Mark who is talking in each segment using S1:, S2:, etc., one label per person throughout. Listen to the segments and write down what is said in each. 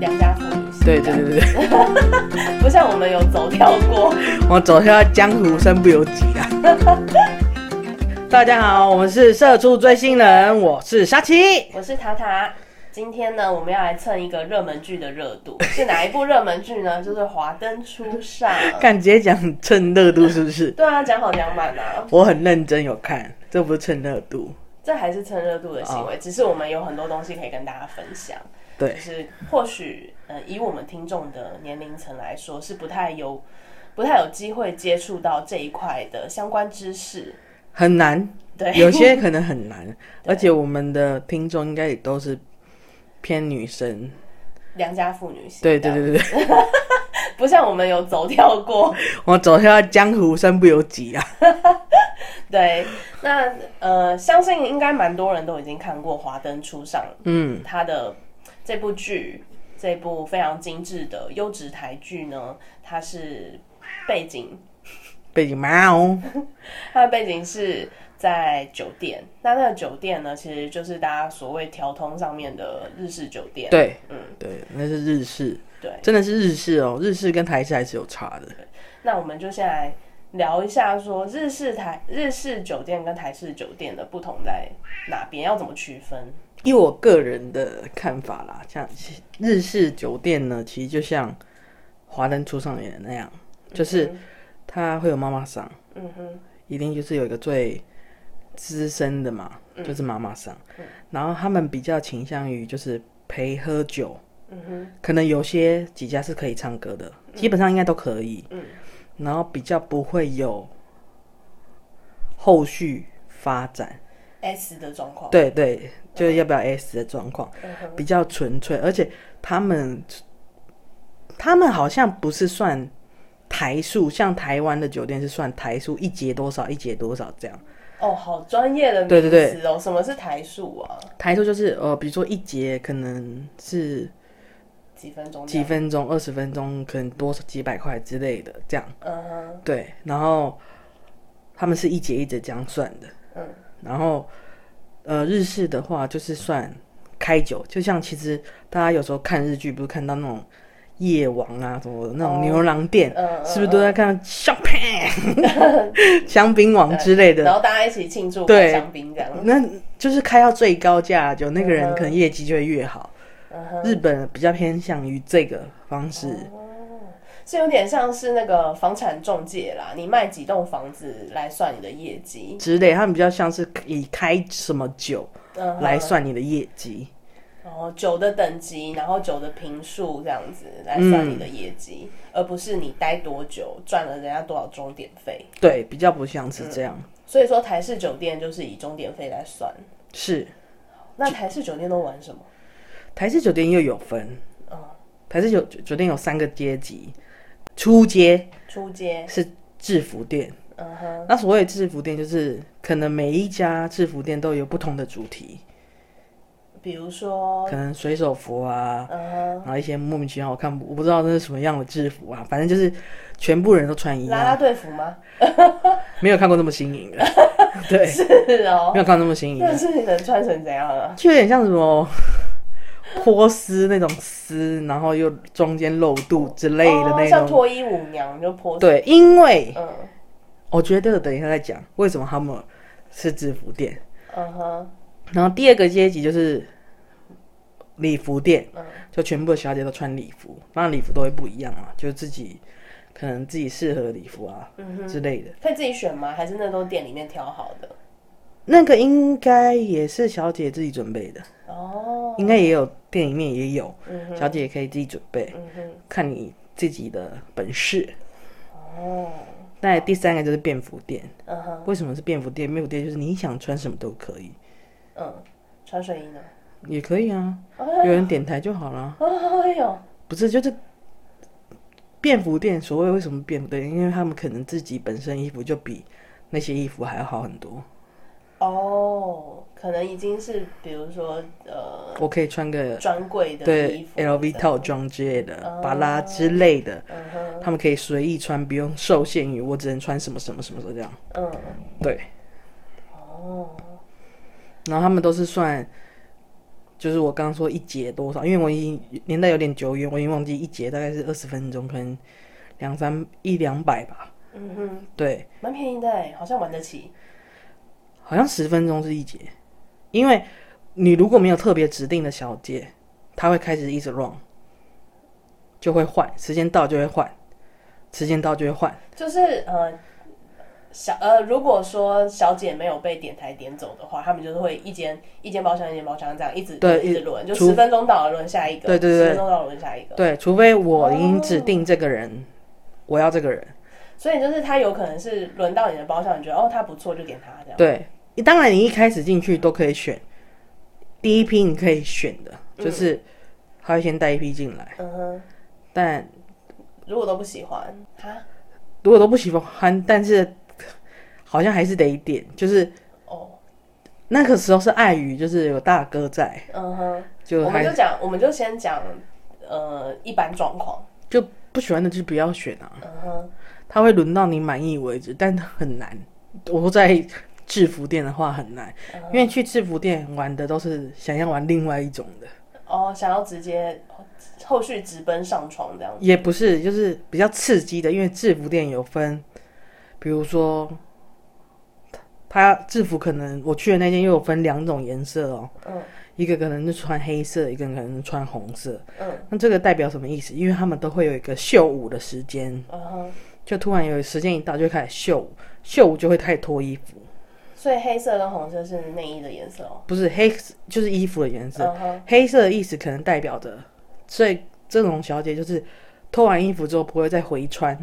S1: 良家妇女型，
S2: 对对对对对，
S1: 不像我们有走跳过。
S2: 我走下江湖身不由己啊！大家好，我们是社畜追星人，我是沙琪。
S1: 我是塔塔，今天呢，我们要来蹭一个热门剧的热度，是哪一部热门剧呢？就是《华灯初上》。
S2: 看直接讲蹭热度是不是？
S1: 对啊，讲好讲满啊，
S2: 我很认真有看，这不是蹭热度。
S1: 这还是蹭热度的行为，只是我们有很多东西可以跟大家分享。
S2: 哦对
S1: 就是或许呃，以我们听众的年龄层来说，是不太有不太有机会接触到这一块的相关知识。
S2: 很难，
S1: 对，
S2: 有些可能很难，而且我们的听众应该也都是偏女生。
S1: 良家妇女型，
S2: 对对，对对对，
S1: 不像我们有走跳过。
S2: 我走下江湖身不由己啊！
S1: 对，那呃，相信应该蛮多人都已经看过《华灯初上》
S2: 嗯，
S1: 他的这部剧，这部非常精致的优质台剧呢，它是背景，
S2: 背景猫，
S1: 嗯它的背景是在酒店。那那个酒店呢，其实就是大家所谓调通上面的日式酒店。
S2: 对，
S1: 嗯
S2: 对，那是日式，
S1: 对，
S2: 真的是日式哦，日式跟台式还是有差的。
S1: 那我们就先来聊一下，说日式台日式酒店跟台式酒店的不同在哪边，要怎么区分？
S2: 以我个人的看法啦，像日式酒店呢，其实就像《华灯初上》演的那样，就是它会有妈妈桑，
S1: 嗯哼，
S2: 一定就是有一个最资深的嘛，
S1: 嗯
S2: 就是妈妈桑，然后他们比较倾向于就是陪喝酒，
S1: 嗯哼，嗯
S2: 可能有些几家是可以唱歌的，基本上应该都可以。嗯，然后比较不会有后续发展，
S1: ，S 的状况。嗯
S2: 对对，就是要不要 S 的状况，比较纯粹，而且他们他们好像不是算台数，像台湾的酒店是算台数，一节多少，一节多少这样。
S1: 哦，好专业的名词哦！
S2: 对对对
S1: 什么是台数啊？
S2: 台数就是呃，比如说一节可能是
S1: 几分钟？
S2: 几？分钟、二十分钟，可能多少几百块之类的这样。
S1: 嗯哼，
S2: 对，然后他们是一节一节这样算的。
S1: 嗯，
S2: 然后呃，日式的话就是算开酒，就像其实大家有时候看日剧，不是看到那种夜王啊什么的那种牛郎店，
S1: 嗯
S2: 是不是都在看 champagne 香槟王之类的？
S1: 然后大家一起庆祝
S2: 对
S1: 开香槟这样。
S2: 那就是开到最高价，就那个人可能业绩就会越好。
S1: 嗯哼，
S2: 日本比较偏向于这个方式，
S1: 是有点像是那个房产中介啦，你卖几栋房子来算你的业绩。
S2: 之类，他们比较像是以开什么酒
S1: 嗯哼，
S2: 来算你的业绩。
S1: 然后酒的等级，然后酒的瓶数这样子来
S2: 嗯
S1: 算你的业绩，而不是你待多久赚了人家多少钟点费。
S2: 对，比较不像
S1: 嗯
S2: 是这样。
S1: 所以说台式酒店就是以钟点费来算。
S2: 是
S1: 那台式酒店都玩什么？
S2: 台式酒店又有分，
S1: 嗯，
S2: 台式酒酒店有三个阶级，初阶
S1: 出街。
S2: 是制服店，
S1: 嗯哼。
S2: 那所谓制服店就是可能每一家制服店都有不同的主题，
S1: 比如说，
S2: 可能水手服啊，
S1: 嗯、
S2: 然后一些莫名其妙我看不我不知道那是什么样的制服啊，反正就是全部人都穿一
S1: 啦
S2: 样，
S1: 啦队服吗？
S2: 没有看过那么新颖的， 对，
S1: 是哦，
S2: 没有看过那么新颖的
S1: 那是你能穿成怎样啊？
S2: 就有点像什么 波斯那种丝，然后又中间露肚之类的
S1: 哦
S2: 那
S1: 像
S2: 种。
S1: 脱衣舞娘就泼，
S2: 对，因为
S1: 嗯
S2: 我觉得等一下再讲为什么他们是制服店。
S1: 嗯哼，
S2: 然后第二个阶级就是礼服店
S1: 嗯，
S2: 就全部的小姐都穿礼服，那礼服都会不一样嘛，就自己可能自己适合的礼服啊
S1: 嗯
S2: 之类的。
S1: 可以自己选吗？还是那都店里面挑好的？
S2: 那个应该也是小姐自己准备的，
S1: 哦，
S2: 应该也有店里面也有，
S1: 嗯哼，
S2: 小姐也可以自己准备。
S1: 嗯哼，
S2: 看你自己的本事。
S1: 哦，
S2: 那第三个就是便服店，
S1: 嗯哼，
S2: 为什么是便服店？便服店就是你想穿什么都可以，
S1: 嗯，穿睡衣呢？
S2: 也可以啊，
S1: 哎
S2: 有人点台就好了。
S1: 哎呦，
S2: 不是，就是便服店。所谓为什么便服店，因为他们可能自己本身衣服就比那些衣服还要好很多。
S1: 哦，可能已经是比如说呃，
S2: 我可以穿个
S1: 专柜的衣
S2: 对
S1: 服
S2: LV 套装之类的、巴拉之类的，
S1: 嗯哼，
S2: 他们可以随意穿，不用受限于我只能穿什么什么什么这样。
S1: 嗯，
S2: 对，
S1: 哦，
S2: 然后他们都是算就是我刚刚说一节多少，因为我已经年代有点久远，我已经忘记一节大概是二十分钟，可能两三一两百吧。
S1: 嗯哼，
S2: 对，
S1: 蛮便宜的哎，好像玩得起。
S2: 好像十分钟是一节，因为你如果没有特别指定的小节，它会开始一直 run，就会换，时间到就会换，时间到就会换。
S1: 就是呃，小呃，如果说小姐没有被点台点走的话，他们就是会一间一间包厢一间包厢这样一直
S2: 对
S1: 一直轮，就
S2: 除
S1: 十分钟到了轮下一个，
S2: 对对对
S1: 十分钟到了轮下一个。
S2: 对，除非我已经指定这个人，我要这个人。
S1: 所以就是他有可能是轮到你的包厢，你觉得哦他不错就点他这样。
S2: 对，当然你一开始进去都可以选，第一批你可以选的，就是他会先带一批进来，
S1: 嗯哼，
S2: 但
S1: 如果都不喜欢他，
S2: 如果都不喜欢，但是好像还是得点，就是
S1: 哦，
S2: 那个时候是碍于就是有大哥在，
S1: 嗯哼，
S2: 就
S1: 我们
S2: 还
S1: 就讲，我们就先讲呃一般状况。
S2: 就不喜欢的就不要选啊，
S1: 嗯哼，
S2: 他会轮到你满意为止，但很难。我在制服店的话很难，因为去制服店玩的都是想要玩另外一种的。
S1: 哦，想要直接后续直奔上床这样。
S2: 也不是，就是比较刺激的，因为制服店有分，比如说，它制服可能我去的那间又有分两种颜色哦，
S1: 嗯
S2: 一个可能是穿黑色，一个可能是穿红色。
S1: 嗯
S2: 那这个代表什么意思？因为他们都会有一个秀舞的时间，
S1: 嗯哼，
S2: 就突然有时间一到就会开始秀舞，秀舞就会开始脱衣服，
S1: 所以黑色跟红色是内衣的颜色哦。
S2: 不是黑就是衣服的颜色，
S1: 嗯哼，
S2: 黑色的意思可能代表着，所以这种小姐就是脱完衣服之后不会再回穿。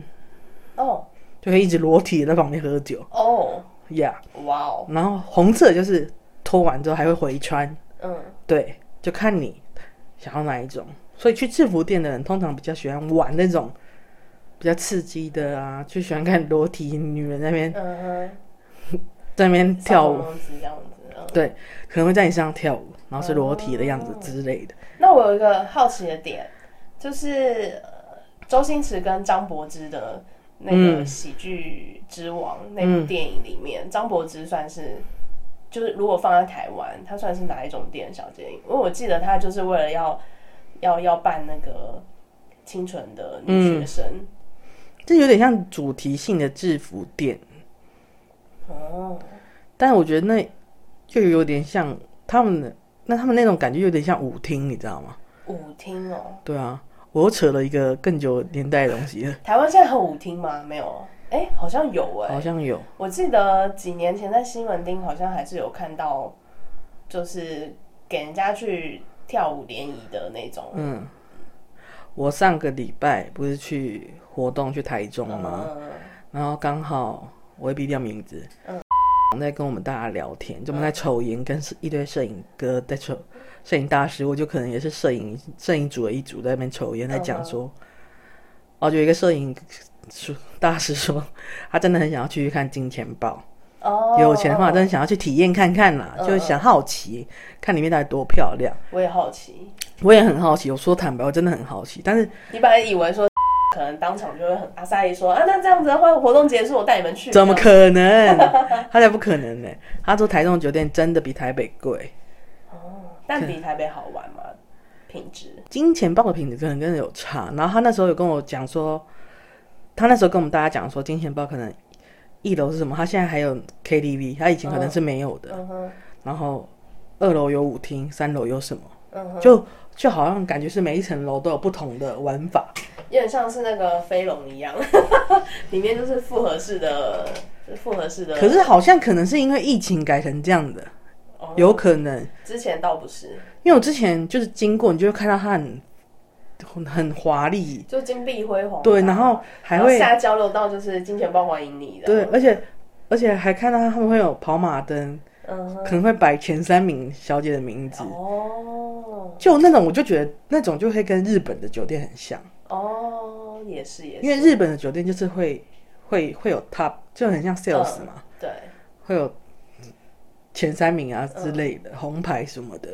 S1: 哦
S2: 就会一直裸体在旁边喝酒
S1: 哦，
S2: 呀。
S1: 哇哦，
S2: Yeah，然后红色就是脱完之后还会回穿，
S1: 嗯
S2: 对，就看你想要哪一种。所以去制服店的人通常比较喜欢玩那种比较刺激的啊，就喜欢看裸体女人在那边
S1: 嗯哼，
S2: 在那边跳舞，
S1: 上床公子这样子。嗯
S2: 可能会在你身上跳舞，然后是裸体的样子之类的。
S1: 那我有一个好奇的点，就是呃周星驰跟张柏芝的那
S2: 嗯
S1: 个《喜剧之王》那部电影里面，张柏芝算是。就是如果放在台湾，她算是哪一种店小姐？因为我记得她就是为了要要要办那个清纯的
S2: 嗯
S1: 女学生，
S2: 这有点像主题性的制服店，
S1: 哦，
S2: 但我觉得那就有点像他们的，那他们那种感觉有点像舞厅，你知道吗？
S1: 舞厅哦，
S2: 对啊，我又扯了一个更久年代的东西了，
S1: 台湾现在有舞厅吗？没有，哎、好像有哎、
S2: 好像有，
S1: 我记得几年前在西门町好像还是有看到，就是给人家去跳舞联谊的那种。
S2: 嗯，我上个礼拜不是去活动去台中吗？
S1: 嗯
S2: 然后刚好我会毙掉名字，
S1: 嗯
S2: 在跟我们大家聊天，就我们在抽烟，跟一堆摄影哥在抽，摄影大师，我就可能也是摄影摄影组的一组在那边抽烟，在
S1: 嗯
S2: 讲说，哦，有一个摄影说大师说，他真的很想要去看金钱豹。
S1: 哦，
S2: 有钱的话，真的想要去体验看看啦，
S1: 嗯
S2: 就是想好奇，看里面到底多漂亮。
S1: 我也好奇，
S2: 我也很好奇，我说坦白，我真的很好奇。但是
S1: 你本来以为说可能当场就会很阿萨姨说啊，那这样子的话，活动结束我带你们去。
S2: 怎么可能？ 他才不可能呢、他说台中的酒店真的比台北贵，
S1: 哦，但比台北好玩吗？品质？
S2: 金钱豹的品质可能真的有差。然后他那时候有跟我讲说，他那时候跟我们大家讲说，金钱豹可能一楼是什么，他现在还有 KTV，他以前可能是没有的。
S1: 嗯哼，
S2: 然后二楼有舞厅，三楼有什么，
S1: 嗯哼，
S2: 就就好像感觉是每一层楼都有不同的玩法。
S1: 有点像是那个飞龙一样， 里面就是复合式的，就是复合式的。
S2: 可是好像可能是因为疫情改成这样的，
S1: 哦
S2: 有可能。
S1: 之前倒不是，
S2: 因为我之前就是经过，你就会看到它很很很华丽，
S1: 就金碧辉煌。
S2: 对，然后还会
S1: 然后下交流道就是金钱豹欢迎你的，
S2: 对，，而且而且还看到他们会有跑马灯，
S1: 嗯哼，
S2: 可能会摆前三名小姐的名字，
S1: 哦
S2: 就那种我就觉得那种就会跟日本的酒店很像，
S1: 哦，也是也
S2: 因为
S1: 是，
S2: 日本的酒店就是会会会有 top，就很像
S1: 嗯
S2: sales 嘛，
S1: 对，
S2: 会有前三名啊之
S1: 嗯
S2: 类的、红牌什么的，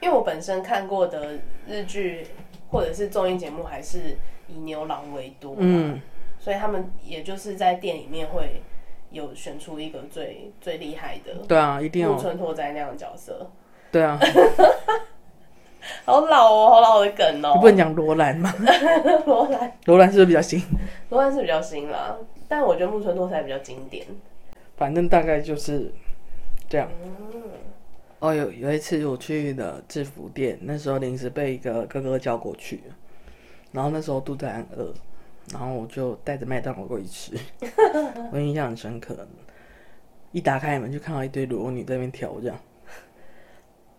S1: 因为我本身看过的日剧或者是综艺节目还是以牛郎为多，
S2: 嗯。
S1: 所以他们也就是在店里面会有选出一个最最厉害的
S2: 对啊，一定
S1: 木
S2: 要
S1: 村拓哉那样的角色，
S2: 对啊，
S1: 好老哦，好老的梗
S2: 你
S1: 哦。
S2: 不能讲 罗兰吗？
S1: 罗兰，
S2: 罗兰是不是比较新？
S1: 罗兰是比较新啦，但我觉得木村拓哉比较经典。
S2: 反正大概就是这样。哦，有有一次我去的制服店，那时候临时被一个哥哥叫过去，然后那时候肚子很饿，然后我就带着麦当劳过去 吃，我印象很深刻。一打开门就看到一堆裸女在那边跳，这样。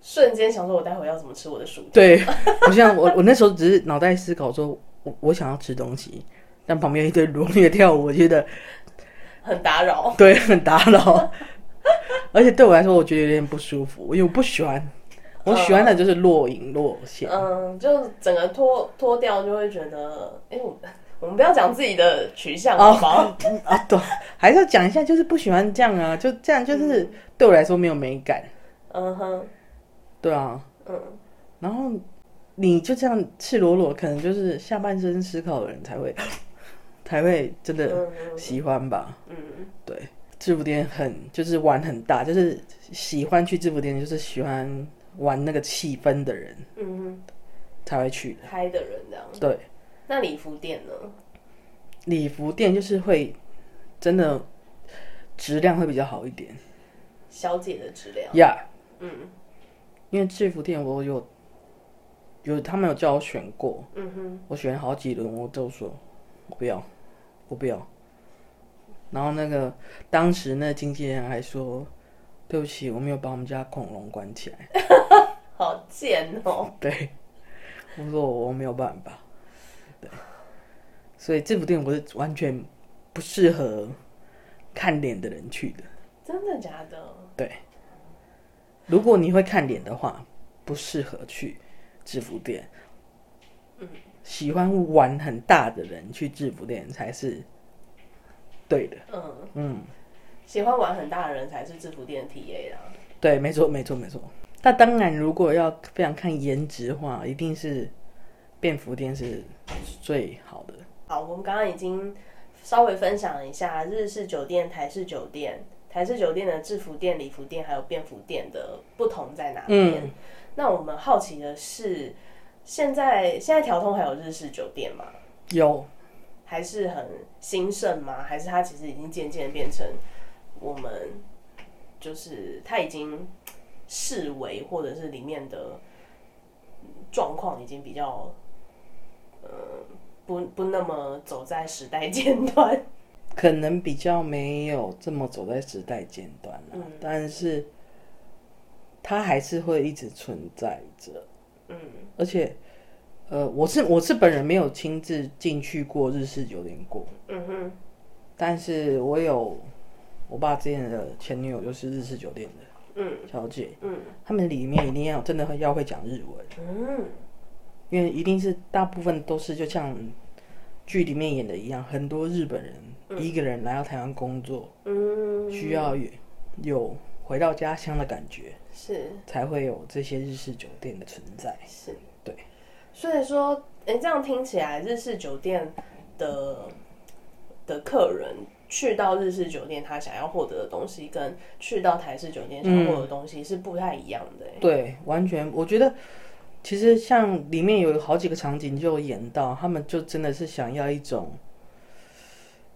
S1: 瞬间想说，我待会要怎么吃我的薯条？
S2: 对，我像我我那时候只是脑袋思考说，我我想要吃东西，但旁边一堆裸女跳舞，我觉得
S1: 很打扰。
S2: 对，很打扰， 而且对我来说，我觉得有点不舒服，因为我不喜欢，我喜欢的就是若隐若现。
S1: 嗯，就整个脱脱掉，就会觉得，哎、我我们不要讲自己的取向好
S2: 哦
S1: 不好？
S2: 嗯啊，对，还是要讲一下，就是不喜欢这样啊，就这样，就是、对我来说没有美感，
S1: 嗯哼，
S2: 对啊，
S1: 嗯，
S2: 然后你就这样赤裸裸，可能就是下半身思考的人才 会才会真的
S1: 嗯
S2: 喜欢吧。
S1: 嗯，
S2: 对，制服店很就是玩很大，就是喜欢去制服店，就是喜欢玩那个气氛的人
S1: 嗯，
S2: 才会去。
S1: 嗨的人这样。
S2: 对，
S1: 那礼服店呢？
S2: 礼服店就是会真的质量会比较好一点
S1: 小姐的质量，
S2: 呀
S1: 嗯
S2: 因为制服店我有有他们有叫我选过，
S1: 嗯哼，
S2: 我选好几轮，我都说我不要，我不要。然后那个当时那经纪人还说，对不起，我没有把我们家恐龙关起来。
S1: 好贱哦、
S2: 对，我说我没有办法。对，所以制服店我是完全不适合看脸的人去的。
S1: 真的假的？
S2: 如果你会看脸的话，不适合去制服店。喜欢玩很大的人去制服店才是对的。
S1: 嗯，
S2: 嗯，
S1: 喜欢玩很大的人才是制服店的 TA 啦。
S2: 对，没错，没错，没错。那当然，如果要非常看颜值的话，一定是便服店是最好的。
S1: 好，我们刚刚已经稍微分享了一下日式酒店、台式酒店、台式酒店的制服店、礼服店还有便服店的不同在哪边。
S2: 嗯
S1: 那我们好奇的是，现在现在调通还有日式酒店吗？
S2: 有，
S1: 还是很兴盛吗？还是它其实已经渐渐变成我们就是它已经视为或者是里面的嗯状况已经比较呃不不那么走在时代尖端。
S2: 可能比较没有这么走在时代尖端了、
S1: 嗯
S2: 但是它还是会一直存在着。
S1: 嗯
S2: 而且，呃，我是我是本人没有亲自进去过日式酒店过，
S1: 嗯哼，
S2: 但是我有我爸之前的前女友就是日式酒店的
S1: 嗯
S2: 小姐，
S1: 嗯
S2: 他们里面一定要真的要会讲日文，
S1: 嗯
S2: 因为一定是大部分都是就像剧里面演的一样，很多日本人一个人来到台湾工作，
S1: 嗯，
S2: 需要有有回到家乡的感觉，
S1: 是
S2: 才会有这些日式酒店的存在。
S1: 是，
S2: 对。
S1: 所以说，哎、这样听起来，日式酒店的的客人去到日式酒店，他想要获得的东西，跟去到台式酒店想要获得的东西是不太一样的、诶
S2: 对，完全，我觉得其实像里面有好几个场景就有演到，他们就真的是想要一种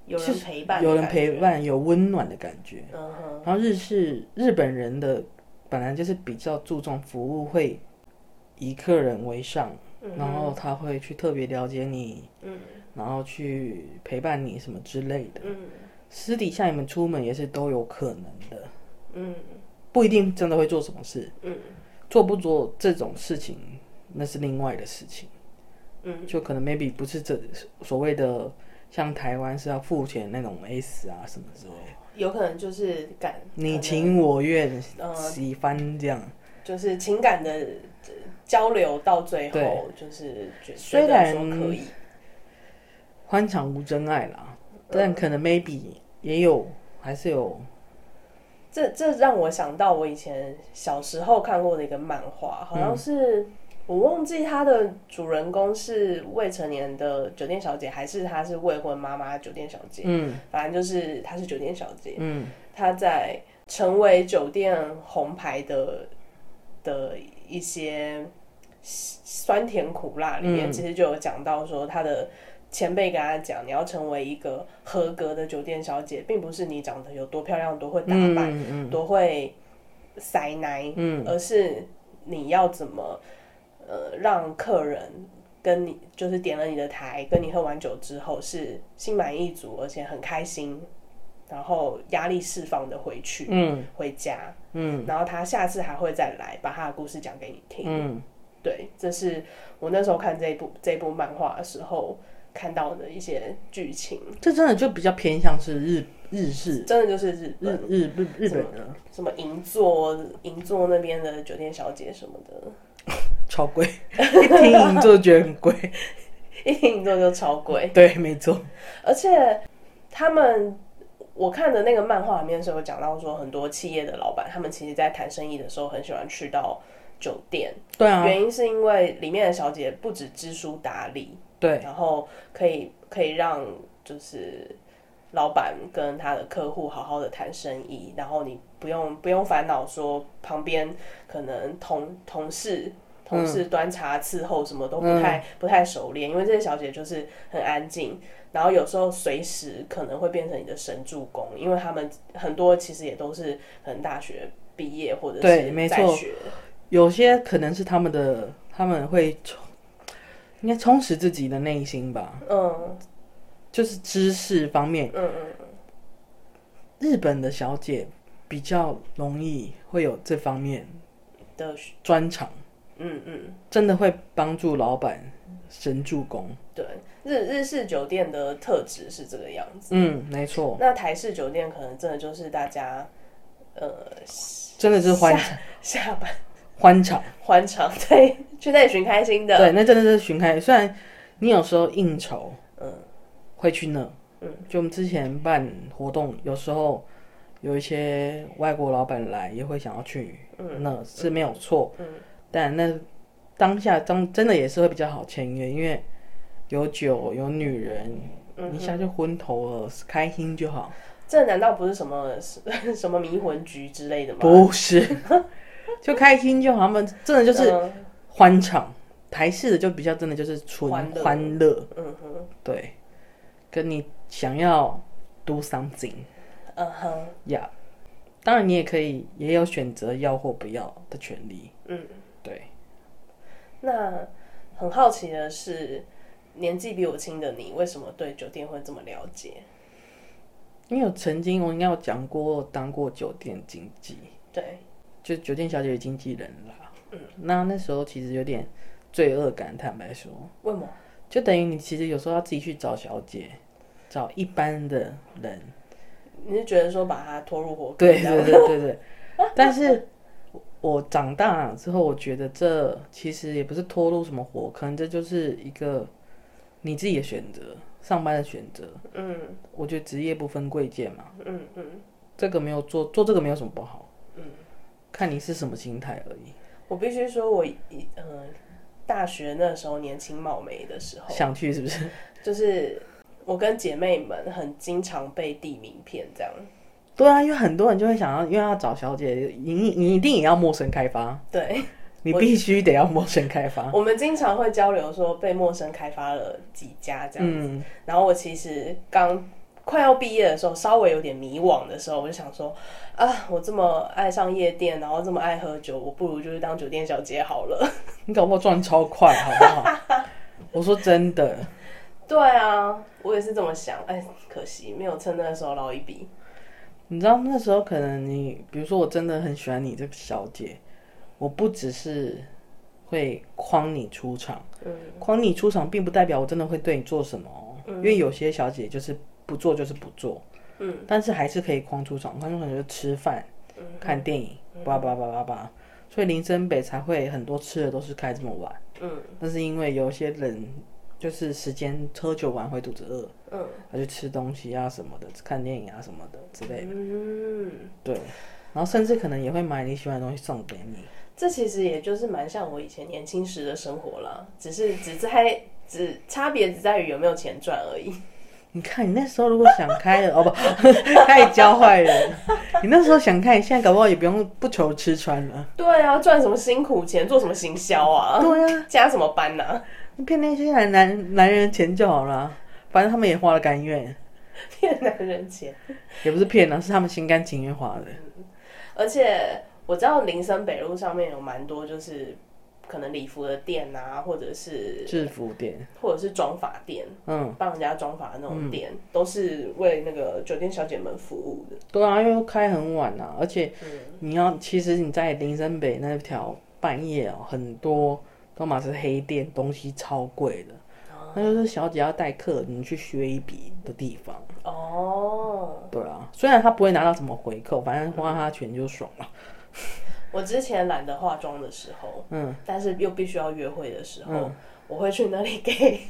S1: 有人陪伴，
S2: 有人陪，伴、有温暖的感觉。
S1: 嗯哼，
S2: 然后日式日本人的本来就是比较注重服务，会以客人为上，
S1: 嗯
S2: 然后他会去特别了解你，
S1: 嗯
S2: 然后去陪伴你什么之类的。
S1: 嗯
S2: 私底下你们出门也是都有可能的，
S1: 嗯
S2: 不一定真的会做什么事，
S1: 嗯
S2: 做不做这种事情那是另外的事情。
S1: 嗯
S2: 就可能 maybe 不是这所谓的像台湾是要付钱那种 S 啊什么之类的，
S1: 有可能就是感，
S2: 你
S1: 可能
S2: 情我愿
S1: 呃，
S2: 喜欢这样。
S1: 就是情感的呃交流到最后
S2: 对，
S1: 就是觉
S2: 虽
S1: 觉得说
S2: 然
S1: 可以，
S2: 欢场无真爱啦，
S1: 嗯
S2: 但可能 maybe 也有还是有
S1: 这这让我想到我以前小时候看过的一个漫画，好像是、我忘记它的主人公是未成年的酒店小姐，还是她是未婚妈妈酒店小姐。
S2: 嗯
S1: 反正就是她是酒店小姐，
S2: 嗯
S1: 她在成为酒店红牌的的一些酸甜苦辣里面，其实就有讲到说他的。前辈跟他讲，你要成为一个合格的酒店小姐，并不是你长得有多漂亮、多会打扮、
S2: 嗯嗯
S1: 多会塞奶，而是你要怎么呃让客人跟你就是点了你的台，跟你喝完酒之后是心满意足，而且很开心，然后压力释放的回去，
S2: 嗯
S1: 回家，
S2: 嗯
S1: 然后他下次还会再来把他的故事讲给你听。
S2: 嗯
S1: 对，这是我那时候看这一部这一部漫画的时候看到的一些剧情，
S2: 嗯，这真的就比较偏向是日日式
S1: 真的就是日
S2: 日
S1: 本
S2: 日日日本的，
S1: 什么银座银座那边的酒店小姐什么的，
S2: 超贵， 一听银座觉得很 贵。
S1: 一听银座就超贵，
S2: 对，没错。
S1: 而且他们。我看的那个漫画里面是有讲到说，很多企业的老板他们其实在谈生意的时候很喜欢去到酒店，
S2: 对啊，
S1: 原因是因为里面的小姐不止知书达理，
S2: 对，
S1: 然后可以可以让就是老板跟他的客户好好的谈生意，然后你不用不用烦恼说旁边可能同同
S2: 嗯
S1: 事。同事端茶伺候什么都不太、不太熟练，因为这些小姐就是很安静，然后有时候随时可能会变成你的神助攻，因为他们很多其实也都是可能大学毕业或者
S2: 对
S1: 是
S2: 没
S1: 在
S2: 错
S1: 学，
S2: 有些可能是他们的，他们会充，应该充实自己的内心吧，
S1: 嗯
S2: 就是知识方面。
S1: 嗯嗯，
S2: 日本的小姐比较容易会有这方面
S1: 的
S2: 专长，
S1: 嗯嗯。
S2: 真的会帮助老板神助攻。
S1: 对，日日式酒店的特质是这个样子。
S2: 嗯，没错，
S1: 那台式酒店可能真的就是大家，呃，
S2: 真的是欢
S1: 下下班
S2: 欢场。
S1: 欢场，对， 去那里寻开心的。
S2: 对，那真的是巡开。虽然你有时候应酬，
S1: 嗯，
S2: 会去那，
S1: 嗯，
S2: 就我们之前办活动，有时候有一些外国老板来，也会想要去那，是没有错，
S1: 嗯，
S2: 但那当下当真的也是会比较好签约，因为有酒有女人，
S1: 嗯
S2: 一下就昏头了，开心就好。
S1: 这难道不是什么什么迷魂局之类的吗？
S2: 不是， 就开心就好，他们真的就是
S1: 嗯
S2: 欢场。台式的就比较真的就是纯
S1: 欢乐
S2: 欢乐，
S1: 嗯哼，
S2: 对，跟你想要 do something
S1: 嗯哼，
S2: 呀、当然你也可以也有选择要或不要的权利，
S1: 嗯。
S2: 对，
S1: 那很好奇的是，年纪比我轻的你，为什么对酒店会这么了解？
S2: 因为我曾经我应该有讲过当过酒店经纪，
S1: 对，
S2: 就酒店小姐的经纪人啦，嗯，那那时候其实有点罪恶感，坦白说，
S1: 为什么？
S2: 就等于你其实有时候要自己去找小姐，找一般的人，
S1: 你是觉得说把它拖入火坑
S2: 对
S1: 这样？
S2: 对对对对， 但是我长大了之后，我觉得这其实也不是拖入什么火坑，这就是一个你自己的选择，上班的选择。
S1: 嗯
S2: 我觉得职业不分贵贱嘛，
S1: 嗯嗯。
S2: 这个没有做做这个没有什么不好，看你是什么心态而已。
S1: 我必须说我，一呃，大学那时候年轻貌美的时候，
S2: 想去是不是？
S1: 就是我跟姐妹们很经常被递名片这样。
S2: 对啊，因为很多人就会想要，因为要找小姐，你你一定也要陌生开发，
S1: 对，
S2: 你必须得要陌生开发。
S1: 我们经常会交流说被陌生开发了几家这样。
S2: 嗯，
S1: 然后我其实刚快要毕业的时候，稍微有点迷惘的时候，我就想说，啊，我这么爱上夜店，然后这么爱喝酒，我不如就是当酒店小姐好了。
S2: 你搞不好赚超快，好不好？ 我说真的，
S1: 对啊，我也是这么想，哎，可惜没有趁那个时候捞一笔。
S2: 你知道那时候可能你，比如说我真的很喜欢你这个小姐，我不只是会框你出场，
S1: 嗯
S2: 框你出场并不代表我真的会对你做什么哦，因为有些小姐就是不做就是不做，
S1: 嗯，
S2: 但是还是可以框出场，框出场就是吃饭、
S1: 嗯
S2: 看电影，叭叭叭叭叭，所以林森北才会很多吃的都是开这么晚，
S1: 嗯
S2: 那是因为有些人就是时间喝酒完会肚子饿，
S1: 嗯
S2: 他就吃东西啊什么的，看电影啊什么的之类的。
S1: 嗯。
S2: 对，然后甚至可能也会买你喜欢的东西送给你。
S1: 这其实也就是蛮像我以前年轻时的生活啦，只是只在只差别只在于有没有钱赚而已。
S2: 你看你那时候如果想开了，哦 不，太教坏人。你那时候想开，你现在搞不好也不用不愁吃穿了。
S1: 对啊，赚什么辛苦钱，做什么行销啊，
S2: 对啊，
S1: 加什么班呐、
S2: 你骗那些男男男人的钱就好了，啊反正他们也花了甘愿，
S1: 骗男人钱。
S2: 也不是骗啊了，是他们心甘情愿花的。
S1: 而且我知道林森北路上面有蛮多就是可能礼服的店啊，或者是
S2: 制服店，
S1: 或者是妆发店，
S2: 嗯，
S1: 帮人家妆发的那种店，都是为那个酒店小姐们服务的。
S2: 对啊，因为开很晚啊，而且
S1: 嗯
S2: 你要，其实你在林森北那条半夜哦，很多都嘛是黑店，东西超贵的。
S1: 哦
S2: 那就是小姐要带客人去削一笔的地方，
S1: 哦，
S2: 对啊，虽然她不会拿到什么回扣，反正花她钱就爽了。
S1: 我之前懒得化妆的时候，
S2: 嗯，
S1: 但是又必须要约会的时候，
S2: 嗯
S1: 我会去那里给，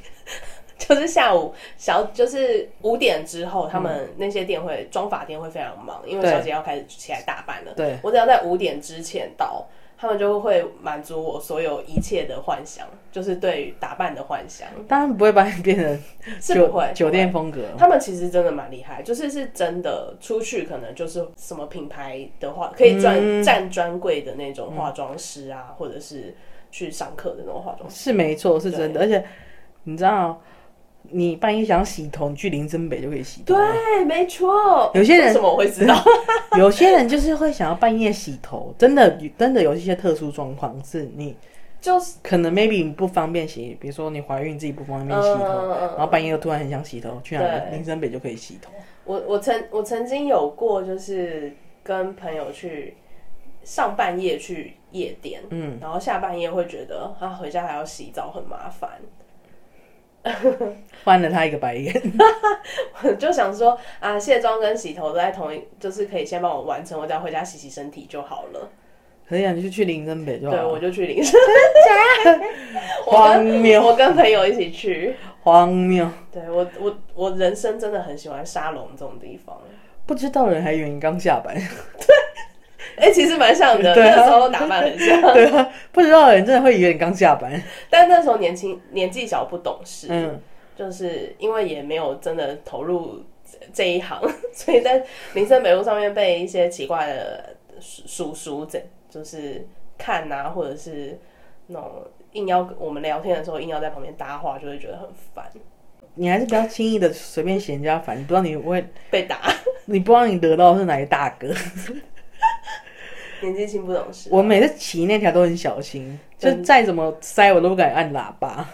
S1: 就是下午小就是五点之后，他们那些店会妆发店会非常忙，因为
S2: 嗯对
S1: 小姐要开始起来打扮了。
S2: 对，
S1: 我只要在五点之前到，他们就会满足我所有一切的幻想，就是对于打扮的幻想，
S2: 当然不会把你变成
S1: 嗯 是
S2: 酒
S1: 不会
S2: 酒。店
S1: 不会
S2: 风格，
S1: 他们其实真的蛮厉害，就是是真的出去可能就是什么品牌的话，可以专、
S2: 嗯
S1: 站专柜的那种化妆师啊，或者是去上课的那种化妆师。
S2: 是没错，是真的。而且你知道，你半夜想洗头，你去林森北就可以洗头。
S1: 对，哦没错。
S2: 有些人
S1: 为什么我会知道？
S2: 有些人就是会想要半夜洗头，真的真的有一些特殊状况是你
S1: 就是
S2: 可能 maybe 你不方便洗，比如说你怀孕自己不方便洗头，
S1: 嗯嗯嗯
S2: 然后半夜又突然很想洗头，去哪里
S1: 对
S2: 林森北就可以洗头。
S1: 我我曾我曾经有过，就是跟朋友去上半夜去夜店，嗯，然后下半夜会觉得啊回家还要洗澡很麻烦，
S2: 翻了他一个白眼，
S1: 我就想说啊卸妆跟洗头都在同一，就是可以先帮我完成，我只要回家洗洗身体就好了。
S2: 可以啊，你就去林森北就好
S1: 对，
S2: 了。
S1: 我就去领 真我
S2: 啊荒
S1: 跟
S2: 谬，
S1: 我跟朋友一起去，
S2: 荒谬！
S1: 对我我我人生真的很喜欢沙龙这种地方。
S2: 不知道人还以为你刚下班，
S1: 哎、其实蛮像的，
S2: 对啊
S1: 那时候打扮很像，
S2: 对啊，不知道人真的会以为你刚下班。
S1: 但那时候年轻年纪小不懂事，
S2: 嗯，
S1: 就是因为也没有真的投入这这一行，所以在民生北路上面被一些奇怪的叔叔叔这就是看啊，或者是那种硬要我们聊天的时候硬要在旁边搭话，就会觉得很烦，
S2: 你还是不要轻易的随便嫌人家烦，你不知道你会，
S1: 被打。
S2: 你不知道你得到的是哪一大哥。
S1: 年纪轻不懂事，
S2: 我每次骑那条都很小心，就
S1: 真
S2: 再怎么塞我都不敢按喇叭，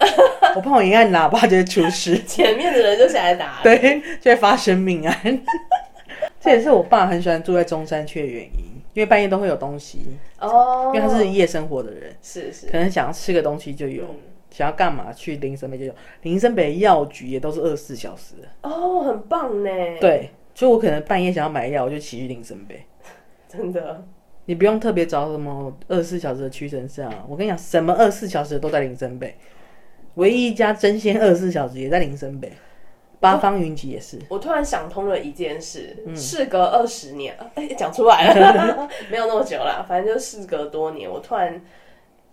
S2: 我怕我一按喇叭就会出事，
S1: 前面的人就下来打。，
S2: 对，就会发生命案。 这也是我爸很喜欢住在中山区的原因，因为半夜都会有东西，
S1: 哦嗯
S2: 因，为他是夜生活的人，
S1: 是是，
S2: 可能想要吃个东西就有，想要干嘛去林森北就有，林森北的药局也都是二十四小时的，
S1: 哦，很棒呢，
S2: 对，所以我可能半夜想要买药，我就骑去林森北。
S1: 真的，
S2: 你不用特别找什么二十四小时的屈臣氏啊，我跟你讲，什么二十四小时的都在林森北，唯一一家真鲜二十四小时也在林森北，八方云集也是。
S1: 我突然想通了一件事，事隔二十年，哎、讲出来了，没有那么久啦，反正就事隔多年，我突然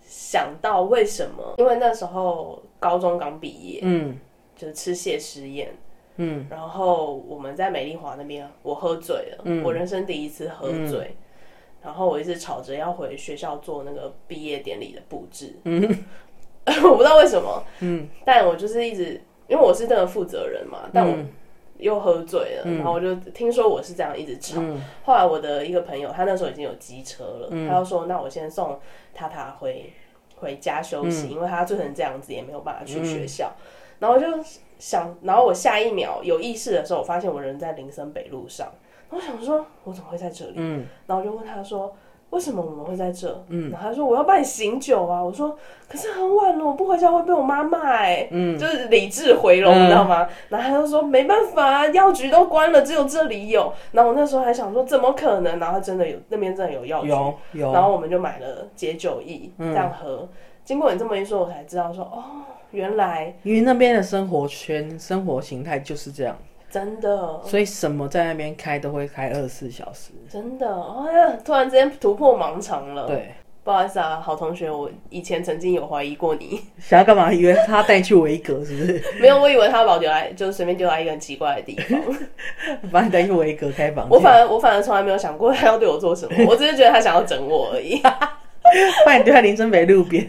S1: 想到为什么，因为那时候高中刚毕业，
S2: 嗯
S1: 就是吃谢师宴，
S2: 嗯，
S1: 然后我们在美丽华那边，我喝醉了，我人生第一次喝醉。然后我一直吵着要回学校做那个毕业典礼的布置，嗯， 我不知道为什么，嗯，但我就是一直，因为我是那个负责人嘛，但我又喝醉了，然后我就听说我是这样一直吵。后来我的一个朋友，他那时候已经有机车了，他就说：“那我先送塔塔回回家休息，因为他醉成这样子也没有办法去学校。然后我就想，然后我下一秒有意识的时候，我发现我人在林森北路上，然后我想说，我怎么会在这里？然后我就问他说。为什么我们会在这？嗯，然后他说我要帮你醒酒啊，我说可是很晚了，我不回家会被我妈骂哎，嗯，就是理智回笼，你知道吗？然后他就说没办法啊，药局都关了，只有这里有。然后我那时候还想说怎么可能？然后真的有那边真的有药局，
S2: 有有，嗯
S1: 然后我们就买了解酒液、这样喝。经过你这么一说，我才知道说哦，原来
S2: 因为那边的生活圈、生活形态就是这样，
S1: 真的
S2: 所以什么在那边开都会开二十四小时。
S1: 真的，哎呀，突然之间突破盲肠了。
S2: 对，
S1: 不好意思啊，好同学，我以前曾经有怀疑过你，
S2: 想要干嘛？以为他带你去维格是不是？
S1: 没有，我以为他把我丢来，就是随便丢来一个很奇怪的地方。
S2: 把你带去维格开房间，
S1: 我反而我反而从来没有想过他要对我做什 么，我只是觉得他想要整我而已。
S2: 把你丢在林森北路边，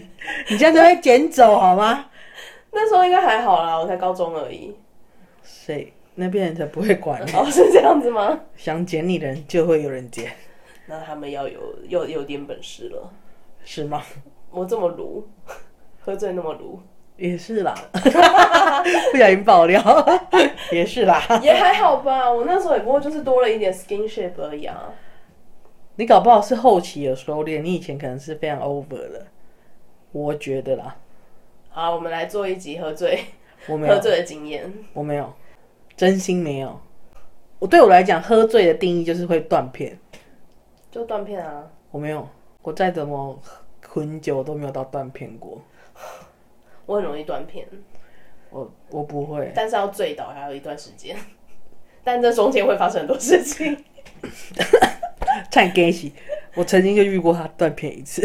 S2: 你这样就被捡走好吗？
S1: 那时候应该还好啦，我才高中而已。
S2: 谁那边人才不会管你，
S1: 哦，是这样子吗？
S2: 想捡你的人就会有人捡，
S1: 那他们要有有有点本事了。
S2: 是吗？
S1: 我这么鲁， 喝醉那么鲁，
S2: 也是啦， 不小心爆料， 也是啦。
S1: 也还好吧。我那时候也不过就是多了一点 skinship 而已啊。
S2: 你搞不好是后期有收敛，你以前可能是非常 over 的，我觉得啦，
S1: 好，我们来做一集喝醉
S2: 我没有
S1: 喝，醉的经验。
S2: 我没有，真心没有。我对我来讲，喝醉的定义就是会断片，
S1: 就断片啊！
S2: 我没有，我再怎么很久都没有到断片过，
S1: 我很容易断片，
S2: 我我不会。
S1: 但是要醉倒还有一段时间， 但这中间会发生很多事情。
S2: 太 gay 喜，我曾经就遇过他断片一次，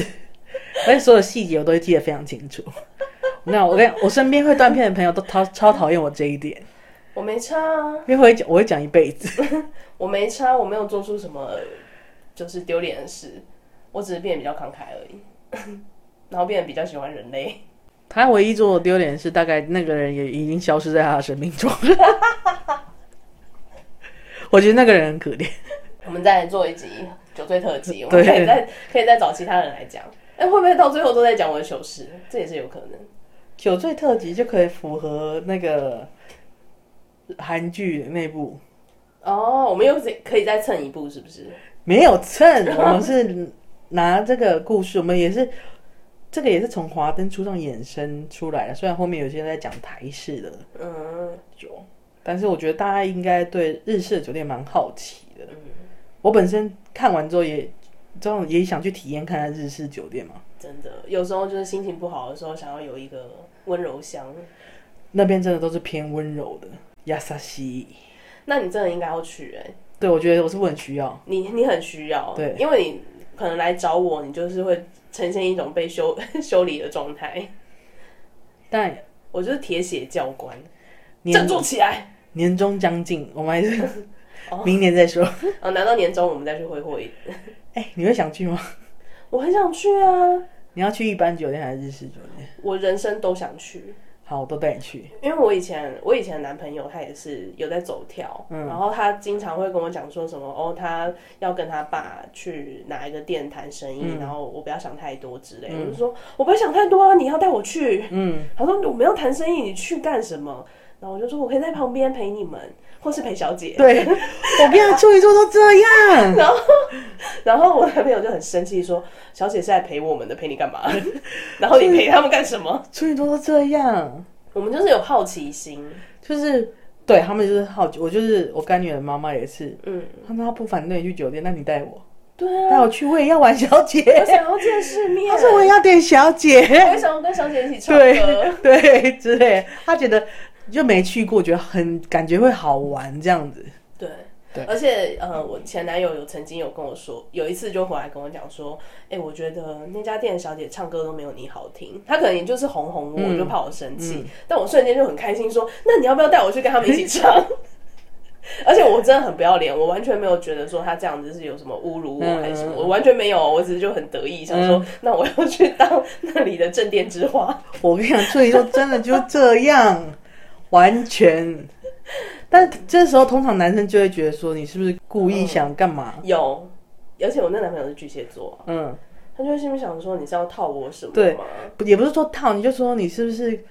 S2: 而且所有细节我都会记得非常清楚。那我跟我身边会断片的朋友都超超讨厌我这一点，
S1: 我没差啊，
S2: 因为我会讲我会讲一辈子。
S1: 我没差，我没有做出什么就是丢脸的事，我只是变得比较慷慨而已， 然后变得比较喜欢人类。
S2: 他唯一做我丢脸的是，大概那个人也已经消失在他的生命中了。 我觉得那个人很可怜，
S1: 我们再做一集酒醉特辑，我
S2: 对
S1: 们可以再可以再找其他人来讲。哎、会不会到最后都在讲我的糗事？这也是有可能。
S2: 酒醉特辑就可以符合那个韩剧内部
S1: 哦，我们又可以可以再蹭一步，是不是？
S2: 没有蹭，我们是拿这个故事，我们也是这个也是从《华灯初上》衍生出来的。虽然后面有些人在讲台式的
S1: 嗯，
S2: 酒，但是我觉得大家应该对日式的酒店蛮好奇的。我本身看完之后也这种也想去体验看看日式酒店嘛，
S1: 真的，有时候就是心情不好的时候，想要有一个温柔乡。
S2: 那边真的都是偏温柔的。亚萨西，
S1: 那你真的应该要去哎、
S2: 对我觉得我是不是很需要。
S1: 你你很需要，
S2: 对
S1: 因为你可能来找我，你就是会呈现一种被 修修理的状态。
S2: 但
S1: 我就是铁血教官，振
S2: 年
S1: 作起来！
S2: 年终将近，我们还是明年再说。
S1: 啊，难道年终我们再去挥霍一？
S2: 哎、你会想去吗？
S1: 我很想去啊，
S2: 你要去一般酒店还是日式酒店？
S1: 我人生都想去，
S2: 好，我都带你去。
S1: 因为我以前我以前的男朋友他也是有在走跳，然后他经常会跟我讲说什么哦，他要跟他爸去哪一个店谈生意，然后我不要想太多之类的。我就说我不要想太多啊，你要带我去。嗯，他说我们要谈生意，你去干什么？然后我就说我可以在旁边陪你们， 或是陪小姐。
S2: 对， 我跟你处女座都这样，
S1: 然后我男朋友就很生气说，小姐是来陪我们的，陪你干嘛？ 然后你陪他们干什 么？
S2: 处女座都这样，
S1: 我们就是有好奇心，
S2: 就是对他们就是好奇。我就是我干女儿的妈妈也是，
S1: 嗯，
S2: 他们她不反对你去酒店，那你带我，
S1: 对
S2: 带
S1: 啊，
S2: 我去，我也要玩小姐，
S1: 我想要见世面。
S2: 她说我也要点小姐，
S1: 我想 要跟小姐一起唱歌
S2: 对。 对之类的，她觉得就没去过，觉得很感觉会好玩这样子。
S1: 对。
S2: 对
S1: 而且，呃，我前男友有曾经有跟我说，有一次就回来跟我讲说，哎、我觉得那家店的小姐唱歌都没有你好听，她可能也就是哄哄我，我
S2: 嗯
S1: 就怕我生气，但我瞬间就很开心说，那你要不要带我去跟他们一起唱？ 而且我真的很不要脸，我完全没有觉得说他这样子是有什么侮辱我还是什么，
S2: 嗯嗯嗯嗯
S1: 我完全没有，哦我只是就很得意，想说、那我要去当 那里的镇店之花。
S2: 我跟你讲，处女座真的就这样，完全。但这时候通常男生就会觉得说，你是不是故意想干嘛？
S1: 有，而且我那男朋友是巨蟹座，
S2: 嗯，
S1: 他就会心里想说你是要套我什么
S2: 对
S1: 吗？
S2: 不也不是说套，你就说你是不是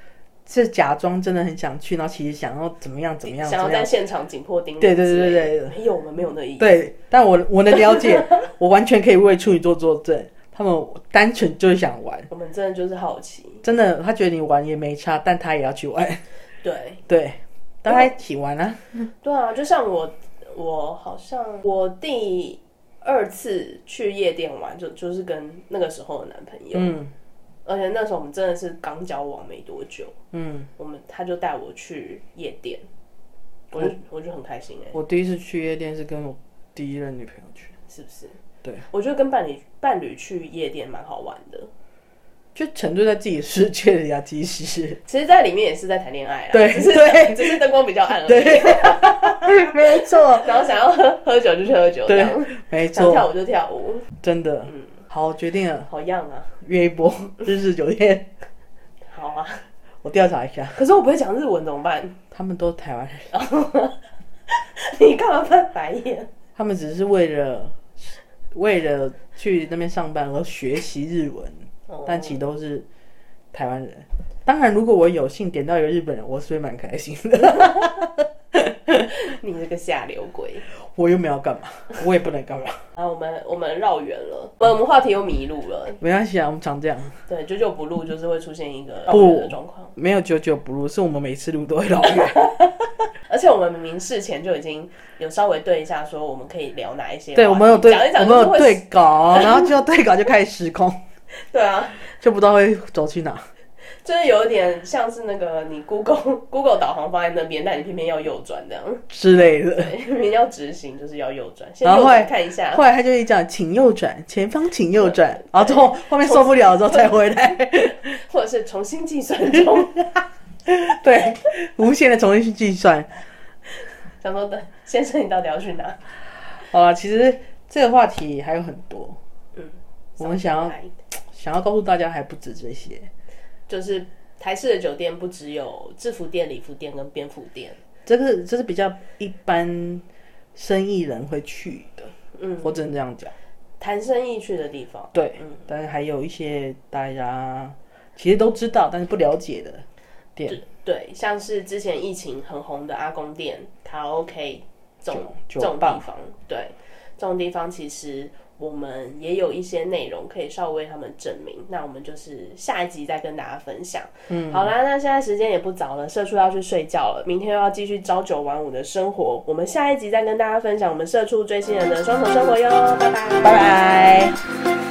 S2: 是假装真的很想去，然后其实想要怎么样怎么样怎
S1: 想要
S2: 么
S1: 在
S2: 样？
S1: 现场紧迫盯人之
S2: 对
S1: 类的。
S2: 对对对对
S1: 没有，我们没有那意思。
S2: 对，但我我能了解，我完全可以为处女座作证，他们单纯就是想玩，
S1: 我们真的就是好奇。
S2: 真的，他觉得你玩也没差，但他也要去玩，
S1: 对
S2: 对，大家一起玩啊，
S1: 对啊，就像我，我好像我第二次去夜店玩，就就是跟那个时候的男朋友，
S2: 嗯
S1: 而且那时候我们真的是刚交往没多久，
S2: 嗯，
S1: 我们他就带我去夜店，
S2: 哦
S1: 我就我就很开心哎、
S2: 我第一次去夜店是跟我第一任女朋友去。
S1: 是不是？
S2: 对，
S1: 我觉得跟伴侣伴侣去夜店蛮好玩的。
S2: 就沉醉在自己的世界里啊，其实
S1: 其实，在里面也是在谈恋爱啦，
S2: 对
S1: 只是
S2: 对
S1: 只是灯光比较暗而已。
S2: 对，没错，
S1: 然后想要喝喝酒就去喝酒，这
S2: 对
S1: 样，
S2: 没
S1: 想跳
S2: 错，
S1: 舞就跳舞，嗯
S2: 真的，好，我决定了，
S1: 好样啊，
S2: 约一波日式酒店，
S1: 好啊。
S2: 我调查一下，
S1: 可是我不会讲日文怎么办？
S2: 他们都是台湾人，
S1: 你干嘛翻白眼？
S2: 他们只是为了为了去那边上班而学习日文，
S1: 哦
S2: 但其实都是台湾人。当然，如果我有幸点到一个日本人，我是会蛮开心的。
S1: 你这个下流鬼！
S2: 我又没有干嘛，我也不能干嘛，
S1: 啊，我们我们绕远了，我们话题又迷路了。
S2: 没关系啊，我们常这样，
S1: 对，久久不录就是会出现一个绕远的状况。
S2: 没有久久不入，是我们每次录都会老远。
S1: 而且我们明明事前就已经有稍微对一下，说我们可以聊哪一些话题。
S2: 对，我们有对，
S1: 讲一讲，
S2: 我们有。对稿，然后就对稿就开始失控，
S1: 对啊，
S2: 就不知道会走去哪。
S1: 就是有一点像是那个你 Google Google 导航放在那边，但你偏偏要右转这样。
S2: 之类的。
S1: 对，啊 明明要直行就是要右转，先
S2: 然后
S1: 右
S2: 后来
S1: 转看一下
S2: 后。来他就一讲，请右转，前方请右转，然后之后后面受不了之后再回来，
S1: 或者是重新计算中，
S2: 对，无限的重新去计算。
S1: 想说等先生你到底要去哪？
S2: 好了，其实这个话题还有很多，
S1: 嗯，
S2: 我们想要
S1: 来
S2: 想要告诉大家还不止这些，
S1: 就是台式的酒店不只有制服店、礼服店跟便服店，
S2: 这个这是比较一般生意人会去的，嗯，我只能这样讲，
S1: 谈生意去的地方。
S2: 对，但是还有一些大家其实都知道，但是不了解的店，
S1: 对，像是之前疫情很红的阿公店、卡拉 OK 这种这
S2: 酒酒
S1: 种地方，对，这种地方其实我们也有一些内容可以稍微为他们证明。那我们就是下一集再跟大家分享。嗯，好啦，那现在时间也不早了，社畜要去睡觉了，明天又要继续朝九晚五的生活。我们下一集再跟大家分享我们社畜追星人的双重生活哟，拜拜，
S2: 拜拜。